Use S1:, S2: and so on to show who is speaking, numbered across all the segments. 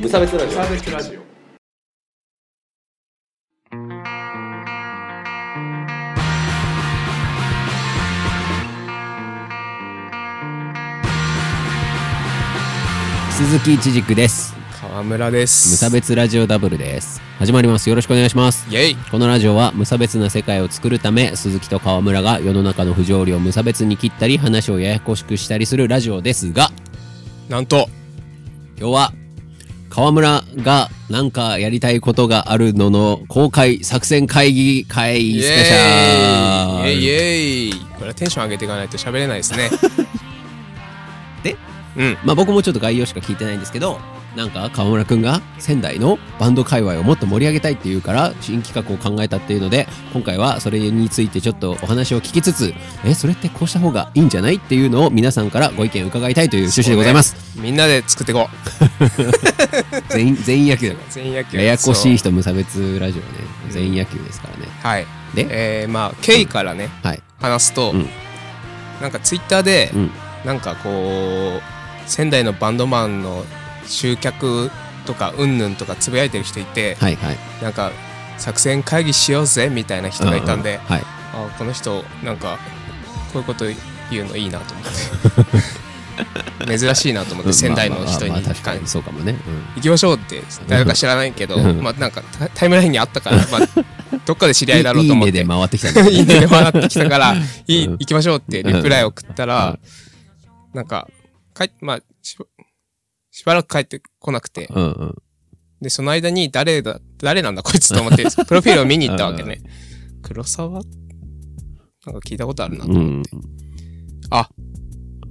S1: 無差別ラジオ
S2: サービスラジオ
S3: 鈴木一軸です
S4: 川村です
S3: 無差別ラジオダブルです始まりますよろしくお願いします
S4: イェイ
S3: このラジオは無差別な世界を作るため鈴木と川村が世の中の不条理を無差別に切ったり話をややこしくしたりするラジオですが
S4: なんと
S3: 今日は川村がなんかやりたいことがあるのの公開作戦会議会スペシャル
S4: イェイイェイイェイこれはテンション上げていかないと喋れないです ね
S3: で
S4: うん
S3: まあ僕もちょっと概要しか聞いてないんですけど、なんか川村くんが仙台のバンド界隈をもっと盛り上げたいっていうから新企画を考えたっていうので、今回はそれについてちょっとお話を聞きつつ、え、それってこうした方がいいんじゃないっていうのを皆さんからご意見伺いたいという趣旨でござい ます。
S4: みんなで作っていこう
S3: 全員、全員野球だか
S4: 全員野球
S3: ら。ややこしい
S4: そう
S3: 人無差別ラジオね。全員野球ですからね。
S4: はい
S3: で、
S4: えー、まあ経緯からね
S3: はい。
S4: 話すと、
S3: うん
S4: なんかツイッターで、
S3: うん。
S4: なんかこう仙台のバンドマンの集客とかうんぬんとかつぶやいてる人いて、
S3: はいはい。
S4: なんか作戦会議しようぜみたいな人がいたんで、
S3: ううはい。
S4: あこの人なんかこういうこと言うのいいなと思っ て珍しいなと思っ
S3: うん
S4: て仙台の人
S3: まあ
S4: に
S3: まあまあ確かにそうかもね。うん
S4: 行きましょうって誰か知らないけ ど、
S3: うん
S4: まあなんかタタイムラインにあった から、まあ、どっかで知り合いだろうと思っ
S3: いい
S4: て
S3: ねで回ってきたん
S4: いいねで笑ってき たから「いい
S3: うん
S4: 行きましょう」ってリプライ送ったら、なんか帰っまあしばしばらく帰ってこなくて
S3: うんうん。
S4: でその間に誰だ誰なんだこいつと思って プロフィールを見に行ったわけね黒沢なんか聞いたことあるなと
S3: う
S4: 思って
S3: ん。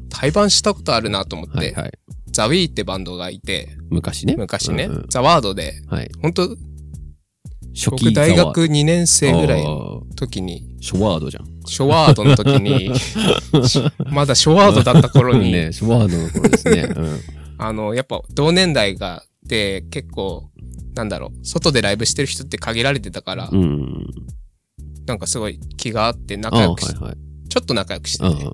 S4: 対バンしたことあるなと思って、
S3: はいはい。
S4: ザ・ウィーってバンドがいて、
S3: 昔ね。
S4: 昔ね、
S3: うんうん
S4: ザ・ワードで、
S3: はい。
S4: 本当
S3: 初
S4: 僕
S3: 期
S4: 大学2年生ぐらいの
S3: の
S4: 時に、
S3: ショワードじゃん。
S4: ショワードの時 に、まだショワードだった頃に、
S3: ね、ショワードの頃です ね。うん
S4: あの、やっぱ同年代が、で、結構、なんだろう、外でライブしてる人って限られてたから、
S3: うん。
S4: なんかすごい気があって
S3: あ
S4: 仲
S3: あ、
S4: 良
S3: は
S4: くし、
S3: いはい。
S4: ちょっと仲良くして
S3: うんう
S4: て、
S3: ん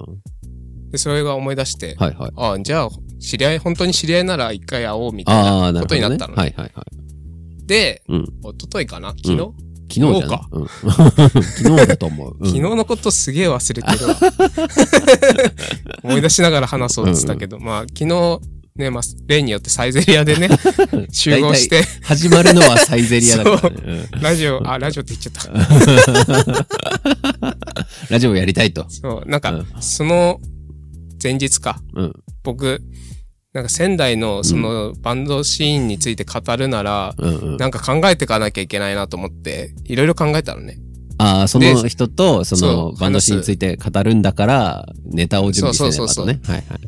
S4: で、それが思い出して、
S3: はいはい。
S4: ああ、じゃあ、知り合い、本当に知り合いなら一回会おうみたい
S3: ああ、
S4: な
S3: なるほど
S4: ことに
S3: ね。
S4: なったの。
S3: はいはいはい。
S4: で、
S3: うん
S4: 一昨日かな昨日、
S3: うん昨日じゃないうん 昨日だと思う。うん
S4: 昨日のことすげえ忘れてるわ。 思い出しながら話そうって言ってたけど、まあ昨日、ね、まあ例によってサイゼリアでね、 集合して、
S3: 始まるのはサイゼリアだ からね。うん
S4: ラジオ、あ、ラジオって言っちゃった。
S3: ラジオやりたいと。
S4: そう、なんか、
S3: う
S4: その前日か、
S3: うん。
S4: 僕、なんか仙台のそのバンドシーンについて語るなら、
S3: うんうん。
S4: なんか考えていかなきゃいけないなと思って、いろいろ考えたのね。
S3: ああ、その人と、そ
S4: そ
S3: の
S4: う
S3: バンドシーンについて語るんだから、ネタを準備してね。
S4: そうそうそうそう
S3: またね。はいはい。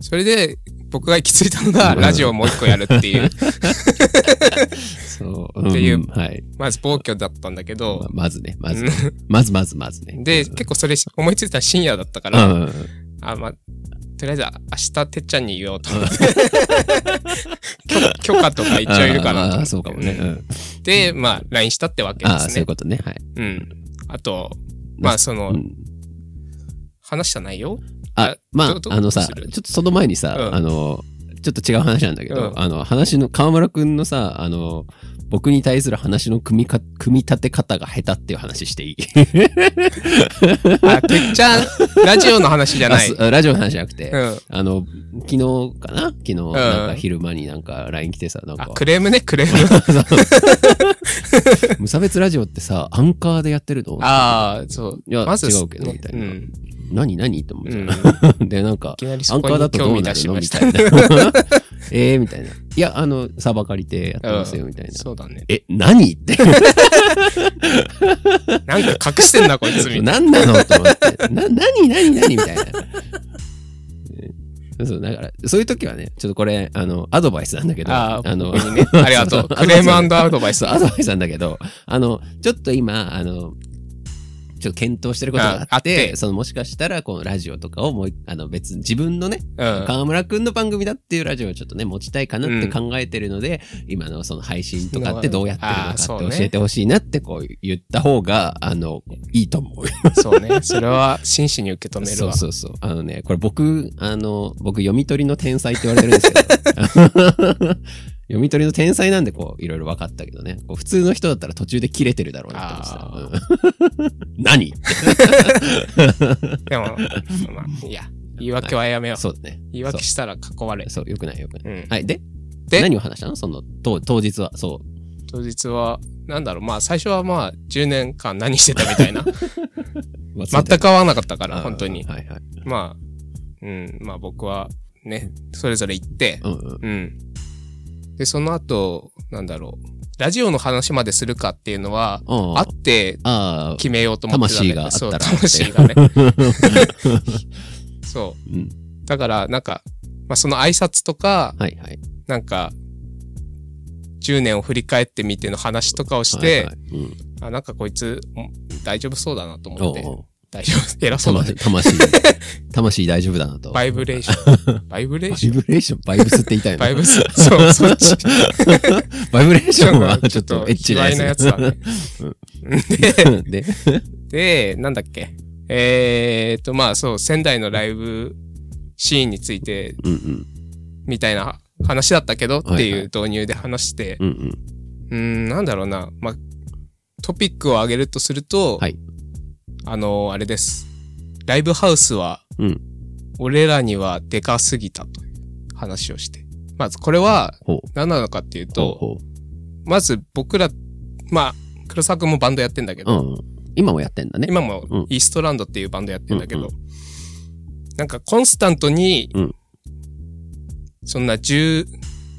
S4: それで、僕が行き着いたのが、ラジオをもう一個やるっ ていう、
S3: そう。
S4: っていうん
S3: はい。
S4: まず暴挙だったんだけど
S3: ま、まずね、まず。まずまずまずね。
S4: で、結構それ思いついたの深夜だったか
S3: う
S4: ら、
S3: ん。
S4: あ、まあ、とりあえず明日てっちゃんに言おうと思って。 許許可とか一応いるかなと思っ
S3: あ
S4: て。
S3: あそうかもね。うん
S4: で、まあ、LINE したってわけで
S3: ああ、
S4: す
S3: そうい
S4: ね
S3: う。ことね。はい。
S4: うん。あと、まあ、その、
S3: うん
S4: 話した内容
S3: あ、まあ
S4: ど、ど
S3: あのさ、ち
S4: どうす
S3: ょ
S4: る
S3: っとその前にさ
S4: う、ん
S3: あの、ちょっと違う話なんだけ
S4: う
S3: ど、
S4: ん
S3: あの、話の、河村くんのさ、あの、僕に対する話の組みか、組み立て方が下手っていう話していい
S4: あ、てっちゃん、ラジオの話じゃ
S3: あ
S4: ない。
S3: す
S4: う
S3: あラジオの話じゃなくて、
S4: ん。
S3: あの、昨日かな昨日、なんか昼間になんか LINE 来てさ、なん
S4: あ、
S3: か、
S4: クレームね、クレーム。
S3: 無差別ラジオってさ、アンカーでやってるの
S4: ああ、そう。
S3: いや
S4: まず、
S3: 違うけど
S4: ね。
S3: みたいうなん何何って思っ
S4: う
S3: て
S4: ん。
S3: で、なんか
S4: い、きなり
S3: ア
S4: そ
S3: ン
S4: こ
S3: カーだ
S4: に
S3: と
S4: 興
S3: どう
S4: 味
S3: な
S4: 出
S3: る
S4: し
S3: の
S4: ま
S3: み
S4: したた。
S3: いな。 えーみたいな。いや、あの、サバ借りてやってますよ、みたいな。
S4: そうだね。
S3: え、何って。
S4: なんか隠してんな、こいつ、みたいな。
S3: 何なのと思って。な、何、何、何みたいな。そう、だから、そういう時はね、ちょっとこれ、あの、アドバイスなんだけど、
S4: ああ、
S3: の、
S4: ここにね、ありが と。
S3: そううそう
S4: クレームアドバイス
S3: そう、。アドバイスなんだけど、あの、ちょっと今、あの、ちょっと検討してることが
S4: あ
S3: あ
S4: あっ
S3: って、
S4: て
S3: そのもしかしたら、このラジオとかをもう一、あの別に自分のね、
S4: うん。
S3: 河村くんの番組だっていうラジオをちょっとね、持ちたいかなって考えてるので、今のその配信とかってどうやってるのか
S4: あーそう
S3: っ
S4: ね
S3: て教えてほしいなってこう言った方が、あの、いいと思うよ。
S4: そうね。それは真摯に受け止める
S3: そ
S4: わ。
S3: うそうそう。あのね、これ僕、あの、僕読み取りの天才って言われてるんですけど、読 読み取りの天才なんでこういろいろ分かったけどねこう普通の人だったら途中で切れてるだろうなって思ってた、うん、 何って
S4: でも、まあ、いや、言い訳はやめよう。
S3: そうだね
S4: 言い訳したら囲われ
S3: そう。そうよくないよくない、
S4: うん
S3: はいで
S4: で
S3: 何を話したのその当当日はそう
S4: 当日は、なんだろう、まあ最初はまあ10年間何してたみた いな。全く合わなかったから、本当に。
S3: はいはい
S4: まあ、うん、まあ僕はね、それぞれ行って、
S3: うんうん
S4: うん。で、その後、なんだろう、ラジオの話までするかっていうのは、
S3: あ
S4: あって
S3: あ
S4: 決めようと思ってたんだけど、
S3: 魂
S4: そ
S3: があ
S4: う、
S3: ったらって
S4: 魂がね。
S3: ー
S4: そ
S3: うん
S4: う。だから、なんか、まあその挨拶とか、
S3: はいはい
S4: なんか、10年を振り返ってみての話とかをし
S3: は
S4: て、
S3: いはいうん
S4: あ、なんかこいつ、ん大丈夫そうだなと思
S3: お
S4: って
S3: う。おう
S4: 大丈夫。偉そうだね
S3: 魂。魂 魂大丈夫だなと
S4: バイブレーショ ン。バイブレー
S3: バ
S4: シ
S3: イ
S4: ョン
S3: ブレーション、バイブスって言いたい
S4: バ
S3: な
S4: イブス。そう、そっち。
S3: バイブレーションはちょっとエッチな
S4: 卑猥なや
S3: や
S4: つ
S3: つ。
S4: だね。
S3: で、
S4: で、なんだっけ。えーっと、まあそう、仙台のライブシーンについて、
S3: うんうん、
S4: みたいな話だったけどっ
S3: は
S4: て
S3: い
S4: い
S3: は
S4: う
S3: い
S4: 導入で話して、
S3: うんうん。
S4: うーん、なんだろうな。まあ、トピックを上げるとすると、
S3: はい
S4: あの、あれです。ライブハウスは、
S3: うん
S4: 俺らにはでかすぎたという話をして。まず、これは
S3: ほう。
S4: 何なのかっていうと、
S3: ほ
S4: まず僕ら、まあ、黒沢くんもバンドやってんだけ
S3: うほ
S4: ど、
S3: う。うん。今もやってんだね。
S4: 今も
S3: うん
S4: イーストランドっていうバンドやってんだけど、なんかコンスタントに、
S3: うん
S4: そんな10、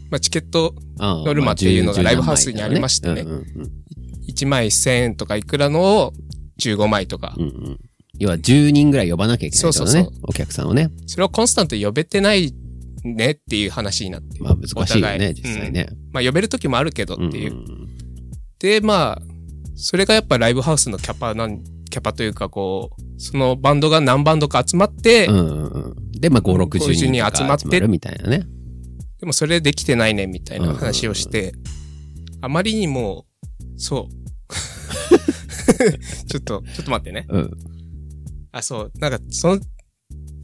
S4: まあ、チケット
S3: ああ
S4: ノルマっていうのがライブハウスにありましてね
S3: うんうんうん
S4: 1枚1000円とかいくらのを15枚とか、
S3: うんうん。要は10人ぐらい呼ばなきゃいけないってこと
S4: そうそ
S3: ね
S4: う。
S3: お客さんをね。
S4: それをコンスタントに呼べてないねっていう話になって。
S3: まあ難しいよ
S4: お互
S3: ね、
S4: い
S3: 実際ね。
S4: まあ呼べる時もあるけど
S3: うん
S4: っていう。
S3: うん
S4: で、まあ、それがやっぱライブハウスのキャパなん、キャパというかこう、そのバンドが何バンドか集まって、
S3: うんうんうん。で、まあ5、60
S4: 50
S3: 人
S4: 人
S3: と
S4: 集ま
S3: か
S4: って
S3: 集まるみたいなね。
S4: でもそれできてないねみたいな話をして、あまりにも、 そう。ちょっと、ちょっと待ってね。
S3: うん。
S4: あ、そう。なんか、その、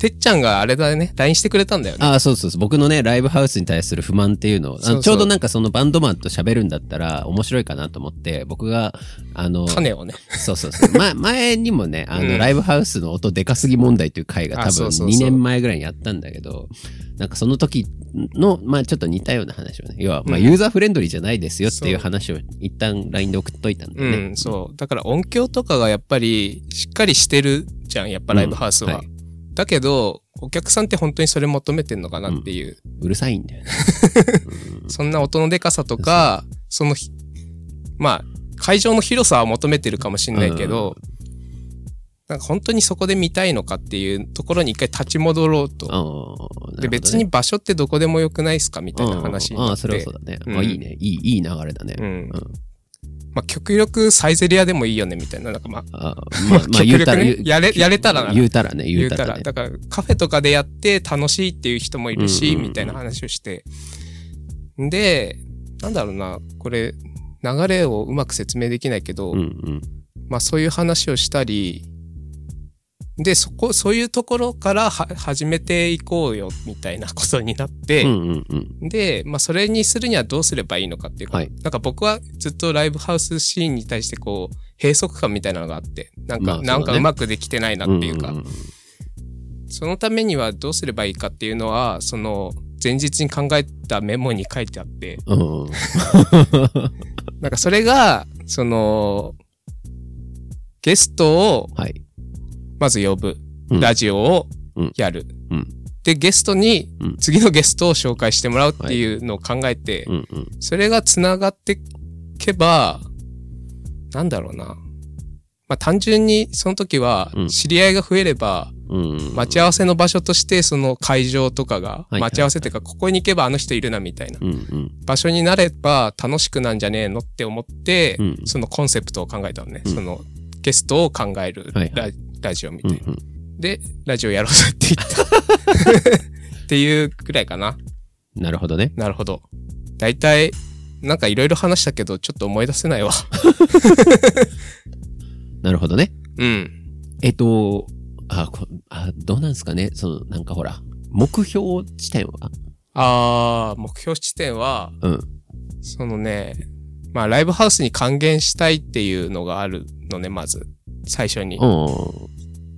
S4: てっちゃんがあれだね、LINE してくれたんだよね。
S3: ああ、そうそうそう。僕のね、ライブハウスに対する不満っていうのを、あの
S4: そうそう
S3: ちょうどなんかそのバンドマンと喋るんだったら面白いかなと思って、僕が、あの、
S4: 種をね。
S3: そうそうそう。 ま、前にもね、あの、
S4: うん
S3: ライブハウスの音でかすぎ問題という回が
S4: あ
S3: 多
S4: そ
S3: 分
S4: うそうそ
S3: 2
S4: う
S3: 年前ぐらいにやったんだけど、なんかその時の、まあちょっと似たような話をね、要は、まあ
S4: うん
S3: ユーザーフレンドリーじゃないですよってい
S4: そう
S3: う話を一旦 LINE で送っといたんだ
S4: う
S3: よね。
S4: ん、そう。だから音響とかがやっぱりしっかりしてるじゃん、やっぱライブハウスは。
S3: うんはい
S4: だけど、お客さんって本当にそれ求めてんのかなっていう、
S3: うるさいんだよ ね。
S4: そんな音のでかさとか、そのひ、まあ、会場の広さは求めてるかもしれないけど、なんか本当にそこで見たいのかっていうところに一回立ち戻ろうと。
S3: あー
S4: で、別に、場所ってどこでもよくないっすかみたいな話に
S3: あ
S4: な
S3: あー、
S4: って。
S3: それはそうだね。
S4: うん
S3: あいいね。いい、いい流れだね。
S4: うん
S3: うん
S4: まあ、極力サイゼリアでもいいよね、みたいな。なんかまあ、
S3: あま あ、まあ、
S4: 極力ね
S3: 言うたら、
S4: やれやれたらな
S3: 言うたらね、言
S4: 言
S3: う
S4: う
S3: た
S4: た
S3: ら
S4: ら。
S3: ね。
S4: だから、カフェとかでやって楽しいっていう人もいる
S3: うん
S4: し、
S3: うんうん
S4: みたいな話をして。で、なんだろうな、これ、流れをうまく説明できないけど、
S3: うんうん。
S4: まあそういう話をしたり、で、そこ、そういうところからは始めていこうよ、みたいなことになって、
S3: うんうんうん。
S4: で、まあそれにするにはどうすればいいのかっていうか、
S3: はい
S4: なんか僕はずっとライブハウスシーンに対してこう、閉塞感みたいなのがあって、なんか、
S3: まあそうだ
S4: な
S3: ね
S4: んかうまくできてないなっていうか、
S3: んんん
S4: そのためにはどうすればいいかっていうのは、その、前日に考えたメモに書いてあって、
S3: うんうん。
S4: なんかそれが、その、ゲストを
S3: はい。
S4: まず呼ぶ。
S3: うん
S4: ラジオを
S3: うん
S4: やる。
S3: うん
S4: で、ゲストに
S3: うん、
S4: 次のゲストを紹介してもらうっていうのを考えて、
S3: うんうん。
S4: それが繋がってけば、なんだろうな。まあ単純にその時は
S3: うん
S4: 知り合いが増えれば、
S3: うん。
S4: 待ち合わせの場所としてその会場とかが、
S3: いはい
S4: 待ち合わせっていうかここに行けばあの人いるなみたいな
S3: うんうん。
S4: 場所になれば楽しくなんじゃねえのって思って、
S3: うん
S4: そのコンセプトを考えたのね、
S3: うん
S4: そのゲストを考えるラ,、
S3: はいは
S4: ラジオみた
S3: う
S4: い
S3: ん
S4: な、
S3: うん。
S4: でラジオやろうぜって言ったっていうくらいかな
S3: なるほどね。
S4: なるほど大体なんかいろいろ話したけどちょっと思い出せないわ
S3: なるほどね。
S4: うん
S3: えっと、あ、こあどうなんですかね。その、なんかほら、目標地点は
S4: あー目標地点は
S3: うん。
S4: そのね、まあライブハウスに還元したいっていうのがあるのね、まず。最初に。
S3: は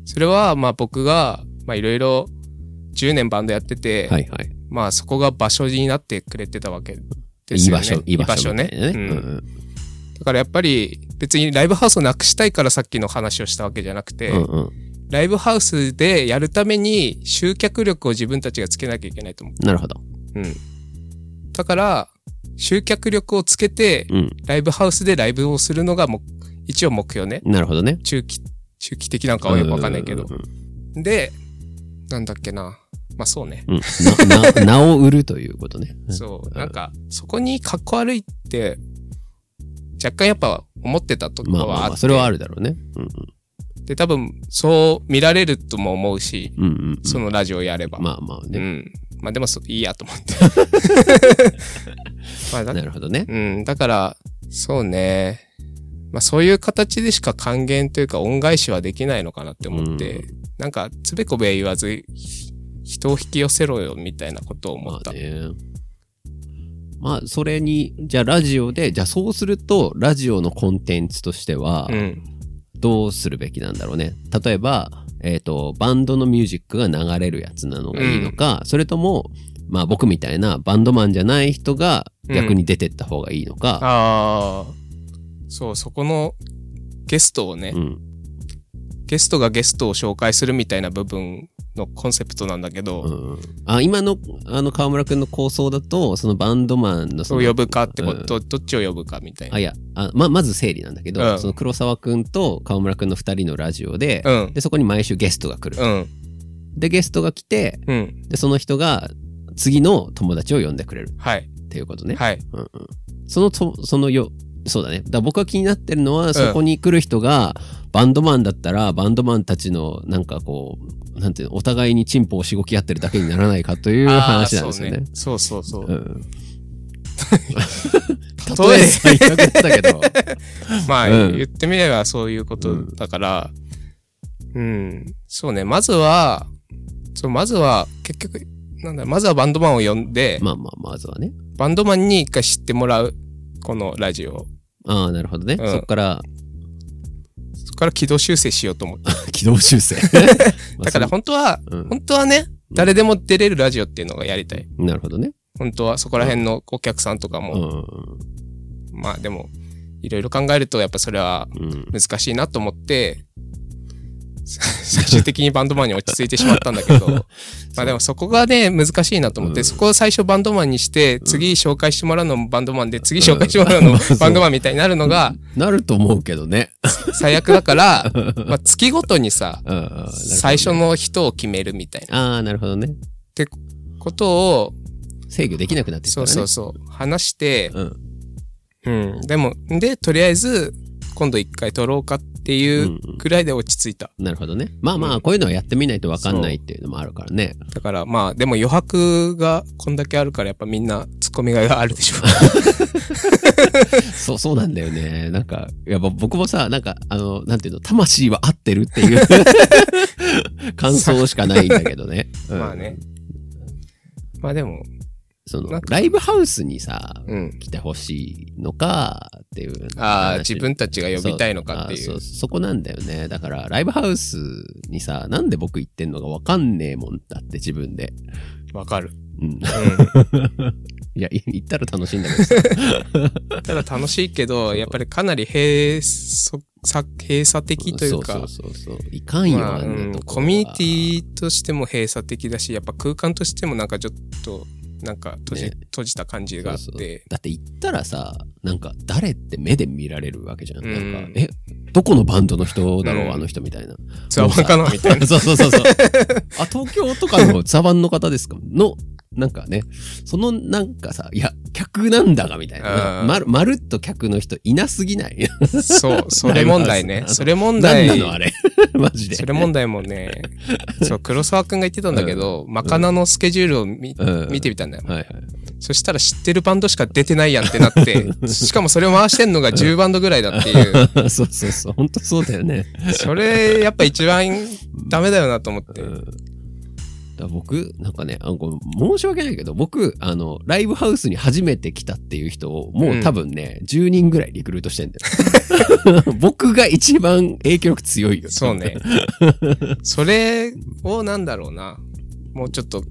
S4: それはまあ僕が、まあいろいろ10年バンドやってて、
S3: いはい。
S4: まあそこが場所になってくれてたわけです
S3: いい
S4: よ
S3: 場
S4: ね。
S3: 所、いい場所
S4: ね。
S3: みたいな
S4: うんだからやっぱり別にライブハウスをなくしたいからさっきの話をしたわけじゃなくて、
S3: うんうんうん
S4: ライブハウスでやるために集客力を自分たちがつけなきゃいけないと思
S3: なるほど。
S4: う。うん。だから、集客力をつけて、
S3: うん。
S4: ライブハウスでライブをするのがもう一応目標ね。
S3: なるほどね。
S4: 中期、中期的なんかはよくわかんないけど
S3: う。ん
S4: で、なんだっけな。まあそうね。
S3: うん。な な名を売るということね。
S4: そう。なんか、そこにかっこ悪いって、若干やっぱ思ってたとこ
S3: まあま
S4: はあっ
S3: あ
S4: て、
S3: まあ、それはあるだろうね。うん
S4: で、多分、そう見られるとも思うし、
S3: うん。うんうん
S4: そのラジオやれば。
S3: まあまあ
S4: う
S3: ね。
S4: ん。まあでもそ、いいやと思って。 まあだ
S3: なるほどね。
S4: うん、だから、そうね。まあそういう形でしか還元というか恩返しはできないのかなって思って、
S3: う
S4: なんか、つべこべ言わず、ひ人を引き寄せろよみたいなことを思
S3: ま
S4: った。
S3: あね。まあ、それに、じゃあラジオで、じゃあそうすると、ラジオのコンテンツとしては、
S4: うん。
S3: どうするべきなんだろうね。例えば、えっ、と、バンドのミュージックが流れるやつなのがいいのか、それとも、まあ僕みたいなバンドマンじゃない人が逆に出てった方がいいのか、
S4: ああ、そう、そこのゲストをね、
S3: うん、
S4: ゲストがゲストを紹介するみたいな部分のコンセプトなんだけど、
S3: うんあ今のあの川村君の構想だとそのバンドマンのそ
S4: そう
S3: の
S4: 呼ぶかってこと、どっちを呼ぶかみたいな
S3: あ。いやあままず整理なんだけど、
S4: うん
S3: その黒沢君と川村君の2人のラジオで,、
S4: うん。
S3: でそこに毎週ゲストが来る、
S4: うん。
S3: でゲストが来て
S4: うん。
S3: でその人が次の友達を呼んでくれる
S4: はい。
S3: っていうことね、
S4: はい。
S3: うんうん、そのとそのよそうだねだから僕が気になってるのはそこに来る人がバンドマンだったらバンドマンたちのなんかこうなんていうのお互いにチンポをしごき合ってるだけにならないかという
S4: あー
S3: 話なんですよね。
S4: そうね。そうそうそう。
S3: うん。
S4: 例え
S3: 最悪だったけど。
S4: まあ、
S3: うん
S4: 言ってみればそういうことだから、うん、そうね、まずは、そう、まずは、結局、なんだろう、まずはバンドマンを呼んで、
S3: まあまあ、まずはね。
S4: バンドマンに一回知ってもらう、このラジオを。
S3: ああ、なるほどね。
S4: うん
S3: そっ から、
S4: そこから軌道修正しようと思って。
S3: 軌道修 正。
S4: だから
S3: まあ
S4: 本当は、
S3: その、
S4: 本当はね、誰でも出れるラジオっていうのがやりたい。
S3: うん、なるほどね。
S4: 本当は、そこら辺のお客さんとか
S3: うん
S4: も、。まあでも、いろいろ考えると、やっぱそれは
S3: うん。
S4: 難しいなと思って、最終的にバンドマンに落ち着いてしまったんだ けど、まあでもそこがね、難しいなと思って、
S3: うん
S4: そこを最初バンドマンにして、次紹介してもらうのもバンドマンで、次紹介してもらうのも
S3: うん
S4: バンドマンみたいになるのが
S3: なると思うけどね。
S4: 最悪 だから、まあ月ごとにさ、
S3: うんうんなるほどね
S4: 最初。の人を決めるみたいな
S3: ああ、なるほどね。
S4: ことを、
S3: 制御できなくなってきたか
S4: そう
S3: らね。
S4: そうそう、話して、
S3: うん。
S4: うん。でも、で、とりあえず、今度一回撮ろうかってい
S3: ん
S4: う
S3: う
S4: くらいで落ち着いた。
S3: なるほどね。まあま
S4: う
S3: あ、こういうのはやってみないとわかんないっていうのもあるからね。
S4: だからまあでも余白がこんだけあるからやっぱみんなツッコミがあるでしょう。
S3: そう、そうなんだよね。なんか、いやっぱ僕もさ、なんか、あの、なんていうの、魂は合ってるっていう 感想しかないんだけどね。 うん
S4: まあね。まあでも、
S3: そ
S4: な
S3: の
S4: ん、か
S3: ライブハウスにさ、
S4: うん。
S3: 来てほしいのかっていう話。
S4: ああ、自分たちが呼びたいのかってい。
S3: そうあそうそこなんだよね。だから、ライブハウスにさ、なんで僕行ってんのかわかんねえもんだって自分で。
S4: わかる。
S3: うん。
S4: う
S3: いや、い行ったら楽しいんだけどさ。
S4: ん。ただ楽しいけど、やっぱりかなり閉鎖、さ閉鎖的という
S3: そ
S4: か
S3: う、そうそうそう。いかんよ、
S4: まあ
S3: あんな
S4: うん
S3: とこ
S4: コ
S3: は
S4: ミュニティとしても閉鎖的だし、やっぱ空間としてもなんかちょっと、なんか閉じ、
S3: ね
S4: 閉じた感じがあって、
S3: だって行ったらさなんか誰って目で見られるわけじゃん,、
S4: うん
S3: なんかえどこのバンドの人だろう、
S4: うん
S3: あの人みたいな
S4: ツアーかなみたいな。
S3: そうそう そうそうあ東京とかのザバンの方ですかのなんかねそのなんかさいや客なんだがみたいな、
S4: うん
S3: まるまるっと客の人いなすぎない
S4: そう、それ問題ね。それ問
S3: 何
S4: 題。
S3: なのあれ マジで
S4: それ問題も ね、そう、黒沢くんが言ってたんだけど、マカナのスケジュールを見,、
S3: うん
S4: 見てみたんだよ。
S3: はいはい
S4: そしたら知ってるバンドしか出てないやんってなって、しかもそれを回してんのが10バンドぐらいだってい う、
S3: そうそうそう本当そうだよね
S4: それやっぱ一番ダメだよなと思って。
S3: うんだから僕、なんかね、あのこれ申し訳ないけど、僕、あの、ライブハウスに初めて来たっていう人を、もう多分ね、10人ぐらいリクルートしてんだよ。 僕が一番影響力強いよ。
S4: そう ね。それをなんだろうな。もうちょっと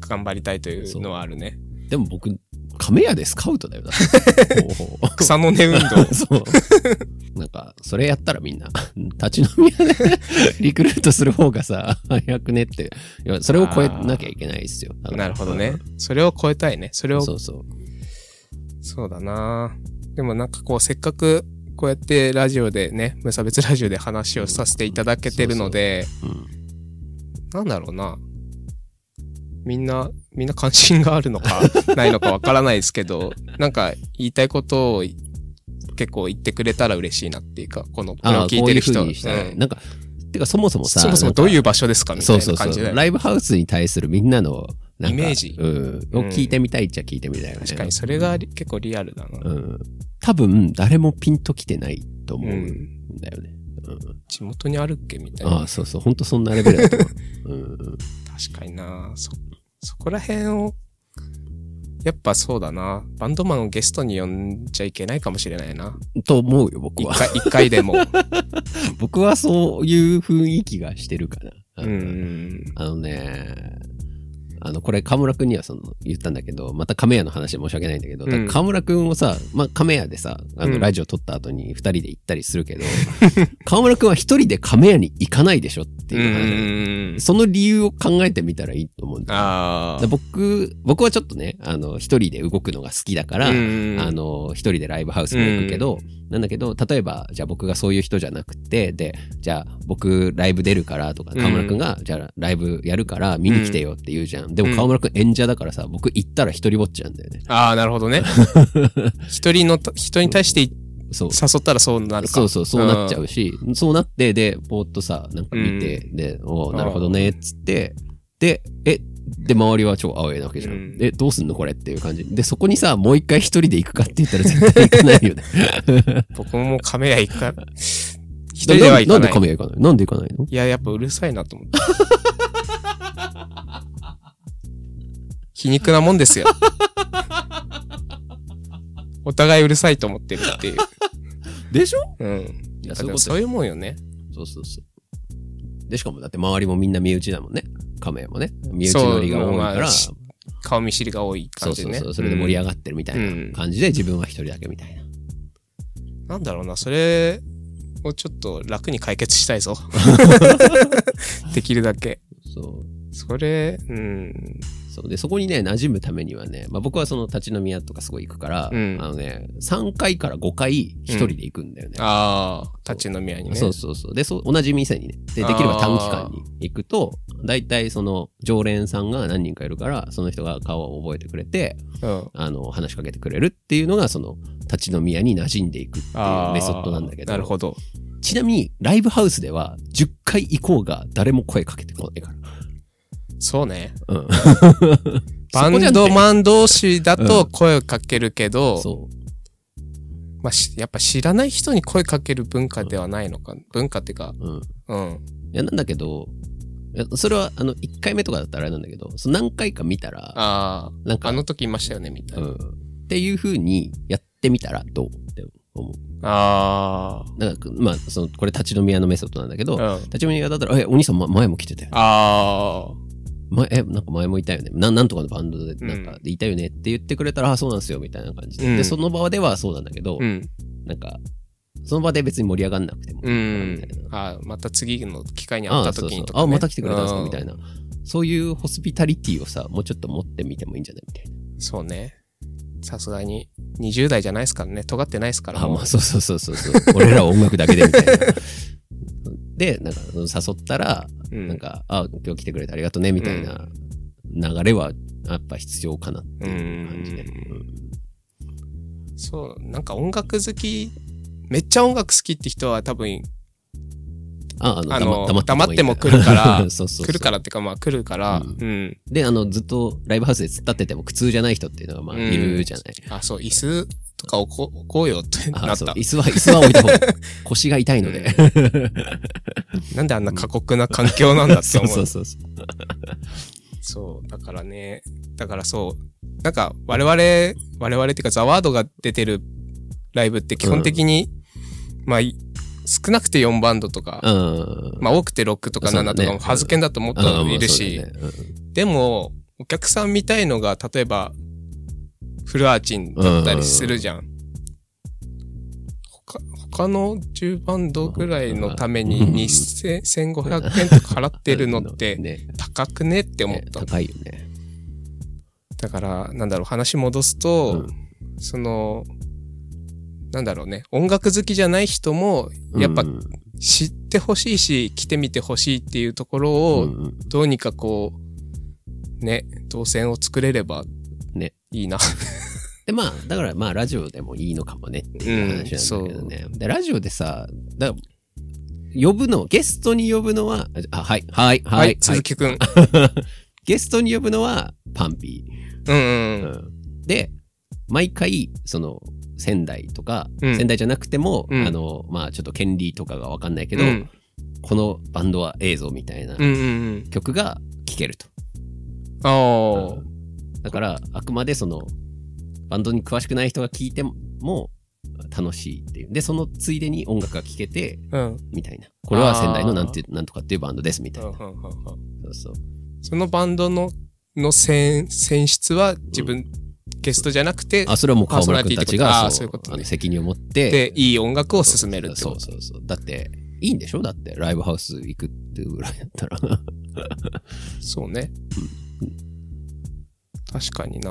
S4: 頑張りたいというのはあるね。
S3: でも僕、亀屋でスカウトだよ、だ って。もう
S4: 草の根運動。
S3: そう。なんか、それやったらみんな、立ち飲み屋で リクルートする方がさ、早くねって。いや、それを超えなきゃいけないですよ。だから
S4: なるほどね。。それを超えたいね。それを、
S3: そうそう。
S4: そうだな。でもなんかこう、せっかくこうやってラジオでね、無差別ラジオで話をさせていただけてるので、
S3: うん
S4: なんだろうな。みんな、みんな関心があるのか、 ないのかわからないですけど、なんか言いたいことを結構言ってくれたら嬉しいなっていうか、この、これ
S3: あ
S4: を
S3: あ、
S4: 聞い
S3: こう
S4: て
S3: い
S4: る
S3: う風
S4: 人。
S3: にしたい。
S4: うん
S3: なんか、てかそもそもさ、
S4: そもそもどう
S3: う
S4: いう場所ですかみた
S3: そ
S4: いうな
S3: そうそ
S4: 感じだよ
S3: う。
S4: ね。
S3: ライブハウスに対するみんなの、なんか
S4: イメージ
S3: うん、を聞いてみたいっちゃ聞いてみたいよね。
S4: 確かに、それが結構リアルだな。
S3: うん。多分、誰もピンときてないと思う
S4: うんん
S3: だよね。うん
S4: 地元にあるっけみたいな。
S3: ああ、そうそう。ほんとそんなレベルだと思う。うんうん。
S4: 確かになそ、そこら辺を、やっぱそうだな。バンドマンをゲストに呼んじゃいけないかもしれないな。
S3: と思うよ、僕
S4: 一
S3: は。
S4: 回、一回 でも。
S3: 僕はそういう雰囲気がしてるかな。
S4: う。ん。
S3: あのね、あの、これ、河村くんにはその、言ったんだけど、また亀屋の話で申し訳ないんだけど、
S4: うん
S3: だから河村くんをさ、まあ、亀屋でさ、あ
S4: う
S3: の、
S4: ん
S3: ラジオ撮った後に二人で行ったりする けど、河村くんは一人で亀屋に行かないでしょって
S4: う
S3: いう話なの
S4: ん。
S3: その理由を考えてみたらいいと思うんだ。
S4: あ
S3: だ僕、僕はちょっとね、あの、一人で動くのが好きだか
S4: あ。
S3: ら、
S4: うん
S3: あ、の、一人でライブハウスも行くけど、なんだけど、例えば、じゃあ僕がそういう人じゃなくて、で、じゃあ僕ライブ出るからとか、
S4: うん
S3: 河村くんが、じゃあライブやるから見に来てよって言うじゃん。でも
S4: うん
S3: 河村くん演者だからさ、僕行ったら一人ぼっちなんだよね。
S4: ああ、なるほ どね。一人のた、人に対してい
S3: そう。
S4: 誘ったらそうなるか。
S3: そうそう、そうなっちゃうし、そうなって、で、ぼーっとさ、なんか見て、で、おおなるほどね、っつって、で、え、で、周りは超アウェーなわけじゃん。
S4: うん
S3: え、どうすんのこれっていう感じ。で、そこにさ、もう一回一人で行くかって言ったら絶対行か ないよね。
S4: 僕ももう亀屋行くか。一人では行か
S3: んで
S4: ない。
S3: 神谷行かないなんで行かないの
S4: いや、やっぱうるさいなと思 って。皮肉なもんですよ。お互いうるさいと思ってるっていう。
S3: でしょ
S4: うん。
S3: いや、
S4: だ
S3: そういう
S4: から
S3: こと
S4: そういうもんよね。
S3: そうそうそう。で、しかもだって周りもみんな身内だもんね。亀もね。身内乗りが多いか
S4: そうま
S3: ら、
S4: あ
S3: そ
S4: し顔見知りが多いう感じ
S3: そ
S4: で
S3: う
S4: ね。
S3: そう、それで盛り上
S4: が
S3: がってるみた
S4: う
S3: い
S4: ん
S3: な感じで、自分は一人だけみたいな。
S4: なんだろうな、それをちょっと楽に解決し たいぞ。できるだけ。
S3: そう。
S4: それ、うん。
S3: そうでそこにね馴染むためにはね、まあ、僕はその立ち飲み屋とかすごい行くから、
S4: うん
S3: あのね3回から5回一人で行くんだよね。
S4: ああ、立ち飲み屋にね。
S3: そうそうそうでそう同じ店にねでできれば短期間に行くと大体その常連さんが何人かいるからその人が顔を覚えてくれて
S4: うん。
S3: あの話しかけてくれるっていうのがその立ち飲み屋に馴染んでいくっていう
S4: あー
S3: メソッドなんだけど
S4: なるほど。
S3: ちなみにライブハウスでは10回行こうが誰も声かけてこないか
S4: そうね。
S3: ら、 うん、
S4: バン
S3: そこ
S4: ド
S3: じゃね
S4: マン同士だと声をかけるけど、
S3: そう
S4: まあ、しやっぱ知らない人に声かける文化ではないのか。文化っていうか、
S3: うん
S4: うん。
S3: いや、なんだけど、いやそれは、あの、1回目とかだったらあれなんだけど、その何回か見たら、
S4: あ
S3: なん
S4: あ、
S3: か、
S4: あの時いましたよね、みたいうな。
S3: ん。っていう風にやってみたらどうって思う。
S4: あ
S3: なんか、まあ、その、これ立ち飲み屋のメソッドなんだけど、
S4: あ、うん。
S3: 立ち飲み屋だったら、え、お兄さん、ま、前も来てたよ。
S4: ああ、
S3: 前、え、なんか前もいたよね。ななんとかのバンドで、
S4: うん
S3: なんか、でいたよねって言ってくれたら、あ、そうなんですよ、みたいな感じで。
S4: うん
S3: で、その場ではそうなんだけど、
S4: うん。
S3: なんか、その場で別に盛り上がんなくても、
S4: う
S3: み
S4: ん
S3: たいな。。
S4: ああ、また次の機会に会
S3: あ
S4: った
S3: そうそ
S4: 時
S3: う
S4: にとか、ね
S3: あ、また来てくれたんですかみたい
S4: な。
S3: な。そういうホスピタリティをさ、もうちょっと持ってみてもいいんじゃないみたいな。
S4: そうね。さすがに、20代じゃないですからね。尖ってないですから。
S3: あ、
S4: もう
S3: まあそうそうそうそうそう。 俺らは音楽だけでみたいな。で、なんか誘ったら、
S4: うん
S3: なんか、あ、今日来てくれてありがとうね、みたいな流れは、やっぱ必要かなっていう感じで。
S4: うん
S3: うん
S4: そう、なんか音楽好き、めっちゃ音楽好きって人は多分
S3: あ、あの、
S4: あの
S3: 黙
S4: 黙っても
S3: いい
S4: 来るから
S3: そうそうそう
S4: 来るからっていうかまあ来るから、
S3: う
S4: うんん。
S3: で、あの、ずっとライブハウスで突っ立ってても苦痛じゃない人っていうのが、まあ、
S4: うん
S3: いるじゃない。
S4: あ、そう、椅子とか置こ置こうよってな
S3: あ、
S4: っ
S3: そう
S4: た。
S3: 椅子は、椅子は置い た方がいい腰が痛いので。
S4: なんであんな過酷な環境なんだって
S3: そ
S4: 思
S3: う
S4: う。
S3: そうそうそう。
S4: そう、だからね、だからそう、なんか我々、我々っていうかザワードが出てるライブって基本的に、まあ、い少なくて4バンドとか、
S3: うん。
S4: まあ多くて6とか7
S3: そう
S4: と
S3: だ
S4: か
S3: ね
S4: も外けんだと思っ
S3: う
S4: た
S3: んまあ
S4: のもいるし、
S3: そうだよね
S4: でも、お客さん見たいのが、例えば、フルアーチンだったりするじゃん。他他の10バンドぐらいのために
S3: うん
S4: 2000 1500円とか払ってるのっ
S3: う
S4: て
S3: んね
S4: 高くねって思った
S3: ね
S4: の。
S3: 高いよね。
S4: だから、なんだろう、話戻すと、その、なんだろうね、音楽好きじゃない人も、やっぱ
S3: うん
S4: 知ってほしいし、来てみてほしいっていうところを、
S3: うん
S4: どうにかこう、ね、動線を作れれば、
S3: ね。
S4: いいな。
S3: でまあだからまあラジオでもいいのかもねっていう話なんだけどね。でラジオでさだ呼ぶのゲストに呼ぶのはあはいはいはい、
S4: は
S3: はい
S4: い、鈴木くん。
S3: ゲストに呼ぶのはパンピ
S4: うん
S3: ー。
S4: う。
S3: うんん、で毎回その仙台とか、
S4: うん
S3: 仙台じゃなくても、
S4: うん
S3: あのまあちょっと権利とかがわかんないけ
S4: う
S3: ど、
S4: ん
S3: このバンドは映像みたいな
S4: うんうん。
S3: 曲が聴けると。
S4: ああ。
S3: だからあくまでそのバンドに詳しくない人が聴いても楽しいっていうでそのついでに音楽が聴けて
S4: うん。
S3: みたいなこれは仙台のなんてなんとかっていうバンドですみたいなそうそう
S4: そのバンドの、の選、選出は自分、ゲストじゃなくて、
S3: あそれはもう川村君たち
S4: パ
S3: が
S4: ーソナリティってことあーそういうことね
S3: あの責任を持って
S4: で、いい音楽を進めるって
S3: そ
S4: こ
S3: う
S4: と。
S3: そうそうだっていいんでしょだってライブハウス行くっていうぐらいだったら
S4: そうね。確かにな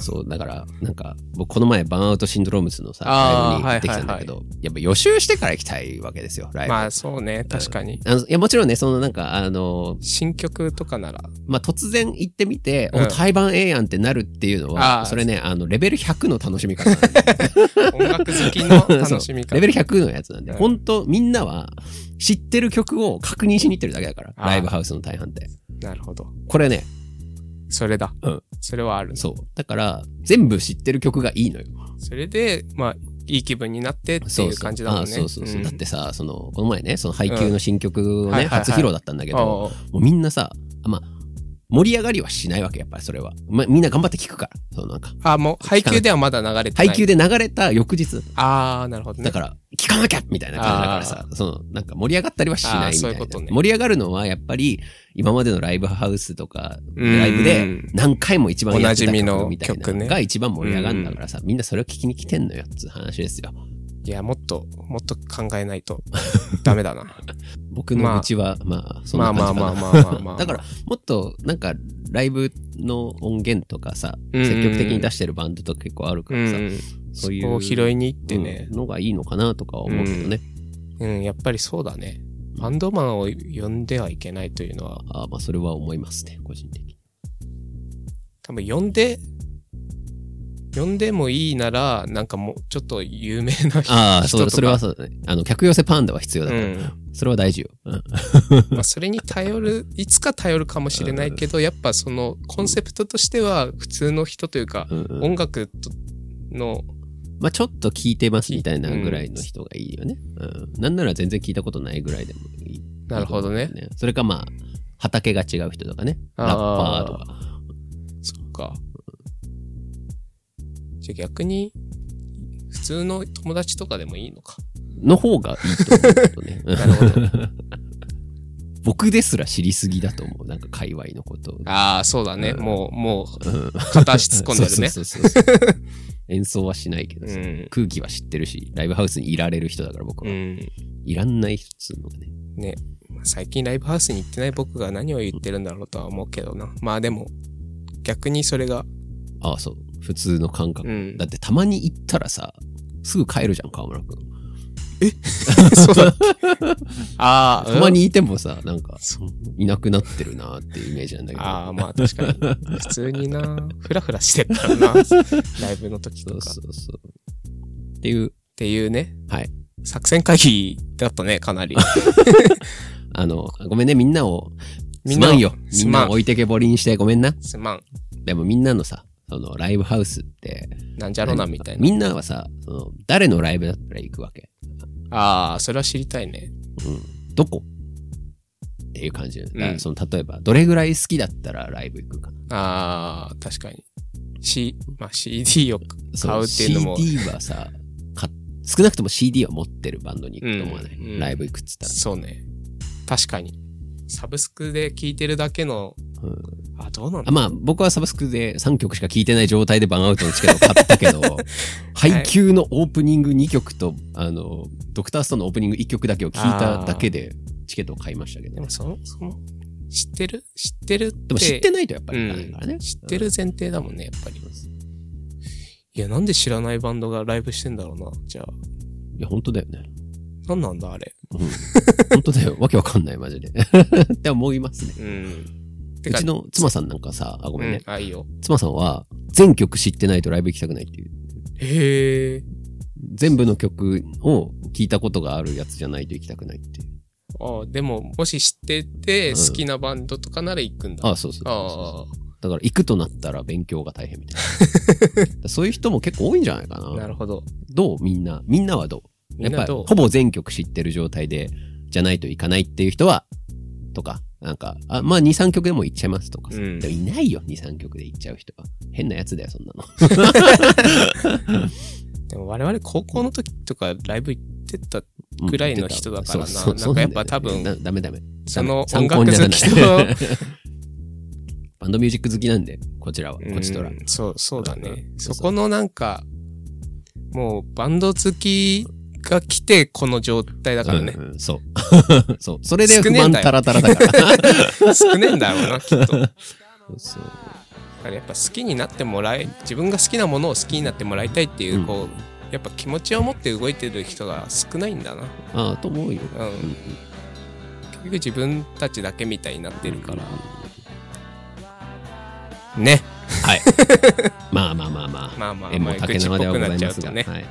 S3: そうだからなんか僕この前バーンアウトシンドロームズのさ
S4: あ
S3: ライ
S4: ー
S3: ブに行ってきたんだけど、やっぱ予習してから行きたいわけですよライブ、
S4: まあそうね、確かに。
S3: あのいやもちろんねそのなんかあの
S4: 新曲とか なら。
S3: まあ、突然行ってみて、
S4: うん
S3: お対バンええやんってなるっていうの
S4: あ
S3: は、
S4: ー
S3: それね、あの、レベル100の楽しみ方 なんで。
S4: 音楽好きの楽し
S3: そう
S4: み方。
S3: レベル100のやつなんで、
S4: うん
S3: ほんと、みんなは、知ってる曲を確認しに行ってるだけだから、
S4: あー
S3: ライブハウスの大半って。
S4: なるほど。
S3: これね、
S4: それだ。
S3: うん
S4: それはある。
S3: そう。だから、全部知ってる曲がいいのよ。
S4: それで、まあ、いい気分になってって
S3: そ
S4: いうう
S3: そう。
S4: 感じだもん
S3: あ
S4: ね。
S3: ーそうそうそう。
S4: ん
S3: だってさ、その、この前ね、その配給の新曲を
S4: うん
S3: ね、
S4: はいはいはい
S3: 初披露だったんだけど、
S4: あ
S3: もうみんなさ、あまあ、盛り上がりはしないわけ、やっぱりそれは。まあ、みんな頑張って聴くから、そのなんか。
S4: ああ、もう配給ではまだ流れてない。
S3: 配給で流れた翌日
S4: ああ、なるほど
S3: だ
S4: ね。
S3: から、聞かなきゃみたいな感じだからさ、その、なんか盛り上がったりはしないみたい
S4: あー
S3: な。
S4: そういうことね
S3: 盛り上がるのは、やっぱり、今までのライブハウスとか、
S4: うん
S3: ライブで何回も一番やって
S4: おな
S3: た
S4: じみの
S3: 曲みたいな
S4: 曲
S3: の
S4: ね
S3: が一番盛り上がるんだからさ、みんなそれを聞きに来てんのよっつう話ですよ。
S4: いや、もっと、もっと考えな いとダメだな。
S3: 僕のうちは、まあ、そん
S4: まあ
S3: な
S4: ま
S3: 感
S4: あ
S3: じ
S4: ま
S3: か
S4: あ
S3: な。
S4: まあまあまあ。
S3: だから、もっと、なんか、ライブの音源とかさ、
S4: うんうんうん
S3: 積極的に出してるバンドとか結構あるか
S4: う
S3: らさ、
S4: ん、
S3: そ
S4: そう
S3: いう
S4: こを拾いに行ってね
S3: う、んのがいいのかなとか思うけどね。
S4: うん。やっぱりそうだね。バンドマンを呼んではいけないというのは、
S3: あーまあ、それは思いますね、個人的に。
S4: 多分呼んで、呼んでもいいなら、なんかもうちょっと有名な人とか。
S3: ああ、そう、それはそうだね。あの、客寄せパンダは必要だ
S4: う
S3: から。
S4: ん。
S3: それは大事よ。うん。
S4: まあ、それに頼る、いつか頼るかもしれないけど、やっぱそのコンセプトとしては普通の人というか、
S3: うんうん
S4: 音楽との、
S3: まあちょっと聞いてますみたいなぐらいの人がいいよね。うん。なんなら全然聞いたことないぐらいでもいい。
S4: なるほどね。
S3: それかまあ、畑が違う人とかね。ラッパーとか。
S4: そっか。じゃあ逆に、普通の友達とかでもいいのか。
S3: の方がいいと思うけど ね。うん
S4: なるほ ど。
S3: 僕ですら知りすぎだと思う。なんか界隈のこと。
S4: ああ、そうだね。
S3: うん
S4: もう、も
S3: うん
S4: う、片足突っ込んでるね。
S3: そうそうそうそう。演奏はしないけどさ、
S4: うん
S3: 空気は知ってるし、ライブハウスにいられる人だから僕
S4: う
S3: は。
S4: ん。
S3: いらんない人っつうのがね。
S4: ね。まあ最近ライブハウスに行ってない僕が何を言ってるんだろうとは思うけどな。まあでも、逆にそれが、
S3: ああ、そう。普通の感覚
S4: うん
S3: だ。ってたまに行ったらさ、すぐ帰るじゃん、河村くん。
S4: そうだっけ。ああ、
S3: たまにいてもさ、なんか、
S4: そう
S3: いなくなってるなっていうイメージなんだけど。
S4: ああ、まあ確かに。普通にな、ふらふらしてった らな、ライブの時
S3: そ
S4: と
S3: う
S4: か。っ
S3: そうそう。っていう、
S4: ていうね。
S3: はい。
S4: 作戦会議だったね、かなり。
S3: あの、ごめんね、みんなを、
S4: み
S3: す
S4: んなを
S3: まんよ。み
S4: す
S3: ん
S4: まん
S3: なを置いてけぼりにしてごめんな。
S4: すまん。
S3: でもみんなのさ、そのライブハウスって、
S4: なんじゃろな、みたいな。
S3: みんなはさ、その誰のライブだったら行くわけ
S4: ああ、それは知りたいね。
S3: どこっていう感じ。だか
S4: う
S3: ら
S4: ん
S3: その例えば、どれぐらい好きだったらライブ行くかな。
S4: ああ、確かに。C、まあ CD を
S3: そ
S4: 買うっていうのも
S3: CD はさ、か少なくとも CD は持ってるバンドに行くと思わない。
S4: うんうん
S3: ライブ行くっつったら。
S4: そうね。確かに。サブスクで聴いてるだけの、
S3: うん
S4: あ、どうなん
S3: あ
S4: だ
S3: まあ、僕はサブスクで3曲しか聴いてない状態でバンアウトのチケットを買った けど、配給のオープニング2曲と、あの、ドクターストーンのオープニング1曲だけを聴いただけで、チケットを買いましたけど。
S4: で
S3: でも
S4: もその、その、知ってる知ってるって。
S3: 知ってないとやっぱりいかな
S4: う
S3: い
S4: ん
S3: からね。
S4: 知ってる前提だもんね、やっぱり。
S3: い
S4: いや、なんで知らないバンドがライブしてんだろうな、じゃあ。
S3: や、本当だよね。
S4: なんなんだ、あれ。
S3: うん本当だよ。わけわかんない、マジで。 って思いますね。
S4: うん。て
S3: う
S4: か
S3: ちの妻さんなんかさ、あ、ごめんね。
S4: うん、あ、いいよ。
S3: 妻さんは、全曲知ってないとライブ行きたくないっていう。
S4: へえ。
S3: 全部の曲を聴いたことがあるやつじゃないと行きたくないっていう。
S4: あでも、もし知ってて、
S3: うん
S4: 好きなバンドとかなら行くんだ。
S3: あそうそうそうそう
S4: あ
S3: だから行くとなったら勉強が大変みたい な。そういう人も結構多いんじゃないかな。
S4: なるほど。
S3: どうみんな。みんなはどう
S4: み
S3: や
S4: んな
S3: っぱ
S4: どう
S3: ほぼ全曲知ってる状態で、じゃないといかないっていう人は、とか、なんか、あまあ2、3曲でも行っちゃいますとかさ、
S4: うん
S3: でもいないよ、2、3曲で行っちゃう人は。変なやつだよ、そんなの。
S4: でも我々高校の時とかライブ行ってた、ぐらいの人だからな
S3: うんそうそう
S4: なんかやっぱ
S3: そうなんだよね
S4: 多
S3: な
S4: 分
S3: ダメダメ。
S4: その
S3: ダ
S4: 音
S3: メ
S4: 楽好きと、
S3: 参考にならない バンドミュージック好きなんで、こちらは、こちとら
S4: う。んそう、そうだ
S3: う
S4: ね
S3: ん。
S4: そこのなんか、もうバンド好きが来てこの状態だからね
S3: う。んうんそう。 そう。それで不
S4: 少ねえ
S3: 満
S4: んだよ
S3: タラタラだから。
S4: 少ねえんだろうな、きっと。だ
S3: そう
S4: からやっぱ好きになってもらい、自分が好きなものを好きになってもらいたいっていう、
S3: うん
S4: こう、やっぱ気持ちを持って動いてる人が少ないんだな。
S3: ああ、と思うよ。
S4: うん。
S3: うんうん
S4: 結局自分たちだけみたいになってるから。ね。
S3: はい。まあまあまあまあ。
S4: まあまあ、
S3: 縁も
S4: 前
S3: 竹
S4: 口っ
S3: 縄
S4: ぽ
S3: では
S4: く
S3: ござ
S4: なっ
S3: い
S4: ちゃ
S3: ま
S4: う
S3: す
S4: と
S3: が、
S4: ね。
S3: はい、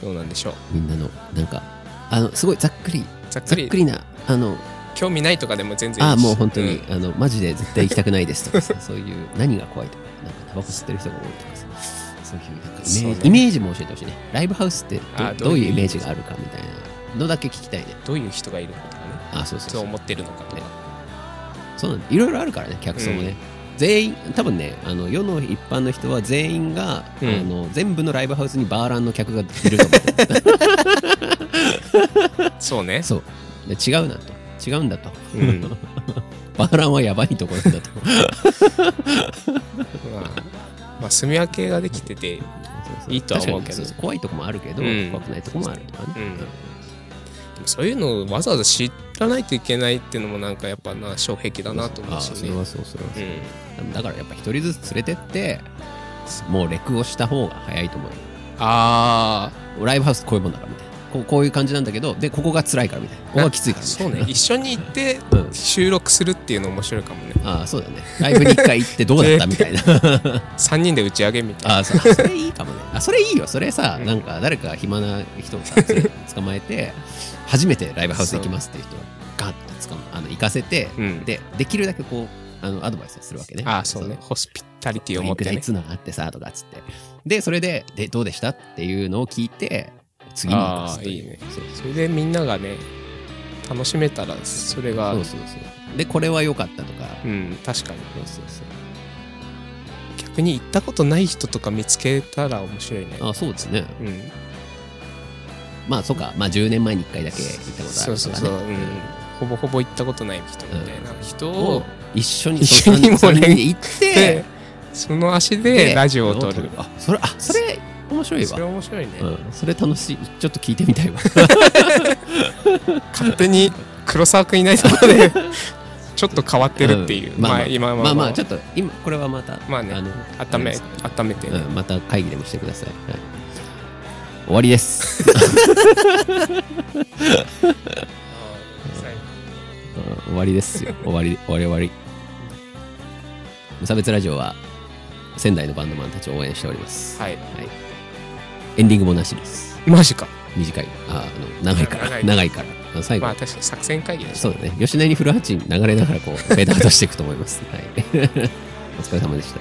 S4: どうなんでしょう。
S3: みんなの、なんか、あの、すごいざっくり、
S4: ざっ
S3: ざ
S4: く
S3: っ
S4: り
S3: くりな、あの、
S4: 興味ないとかでも全然いい
S3: ああ、
S4: し
S3: もう本当
S4: ん
S3: に、あの、マジで絶対行きたくないですとか さ、そういう、何が怖いとか、なんかタバコ吸ってる人が多いとかさ、そういう、なんかイメージ
S4: そうね
S3: イメージも教えてほしいね。ライブハウスってど
S4: あ
S3: ど
S4: ど
S3: う
S4: ういう
S3: いうイメージがあるかみたいなのだけ聞きたいね。
S4: どういう人がいるのかとかね。
S3: ああ、そうそう
S4: そう
S3: そう。
S4: 思ってるのかとか。
S3: そうなんだいろいろあるからね、客層もね。全員、多分ね、あの、世の一般の人は全員が、
S4: うん
S3: あの、全部のライブハウスにバーランの客がいると思 ってる
S4: そうね。
S3: そう。で違うなと。違うんだと。
S4: うん
S3: バーランはやばいところだと。
S4: まあ、まあ、住み分けができてて、 いいとは思うけ
S3: 確
S4: ど
S3: かにそそ怖いとこもあるけど、
S4: うん
S3: 怖くないとこもあるとかね、
S4: うんそういうのをわざわざ知らないといけないっていうのもなんかやっぱな、障壁だなと思
S3: あ
S4: うし
S3: それ
S4: ね。
S3: はそうそれは
S4: う
S3: そう、
S4: ん。
S3: だからやっぱ一人ずつ連れてってもうレクをした方が早いと思うよ
S4: あ
S3: ライブハウスこういうもんだからみたいなこうこういう感じなんだけどでここが辛いからみたいなここがきついか
S4: あ、
S3: ら
S4: そう
S3: みたい
S4: ね
S3: な。
S4: 一緒に行って
S3: うん
S4: 収録するっていうの面白いかもね。
S3: ああそうだねライブに一回行ってどうだったみたいな
S4: 3人で打ち上げみたいな。
S3: ああそ それいいかもねあそれいいよそれさ、
S4: うん
S3: なんか誰か暇な人を さ連れ捕まえて初めてライブハウス行きますっていう人をガッと捕まあの行かせて、
S4: うん。
S3: でできるだけこうあのアドバイスをするわけね
S4: ああ、そうね。ホスピタリティを持
S3: い
S4: っ
S3: く
S4: て
S3: らい
S4: ね。
S3: つのがあってさとかっつってでそれででどうでしたっていうのを聞いて次に行かすとう
S4: あーいいね
S3: そう
S4: それでみんながね、楽しめたら、それが
S3: そう、そうそうでこれは良かったとか、
S4: うん、確かに。
S3: そうそう
S4: 逆に行ったことない人とか見つけたら面白いね。
S3: そうあそうですね
S4: うん。
S3: まあそうかまあ10年前に1回だけ行ったことあ
S4: そう
S3: るとかね
S4: そうそう、うん、ほぼほぼ行ったことない人みたいな人を、
S3: を一緒に
S4: 一緒に
S3: そう三
S4: 盛り上げ
S3: 人で行って
S4: でその足
S3: で
S4: でラジオを撮る
S3: あそれあそれ面白い
S4: それ
S3: わ
S4: 面白いね、
S3: うん、それ楽しいちょっと聞いてみたいわ
S4: 勝手に黒沢君いないとこ ろでちょっと変わってるっていう、
S3: ん
S4: まあ今は
S3: まあまあちょ
S4: っ
S3: っと今これはまた
S4: まあね
S3: の
S4: と温め温めて、
S3: うん、また会議でもしてください。はい、終わりです。うん終わりですよ。終わり、終わり終わり。無差別ラジオは仙台のバンドマンたちを応援しております。
S4: はい
S3: エンディングもなしです。
S4: マジか
S3: 短い。ああの、長いから。長
S4: 長
S3: い
S4: い
S3: から。あの最後、
S4: まあ確かに作戦会議だし
S3: そうだね。吉成にフルハチに流れながらこう、フェードアウトしていくと思います。はい。 お疲れ様でした。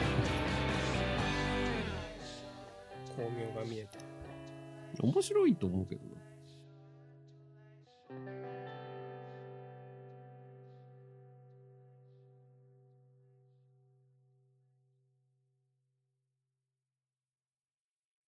S4: 光明が見えた
S3: 面白いと思うけどな。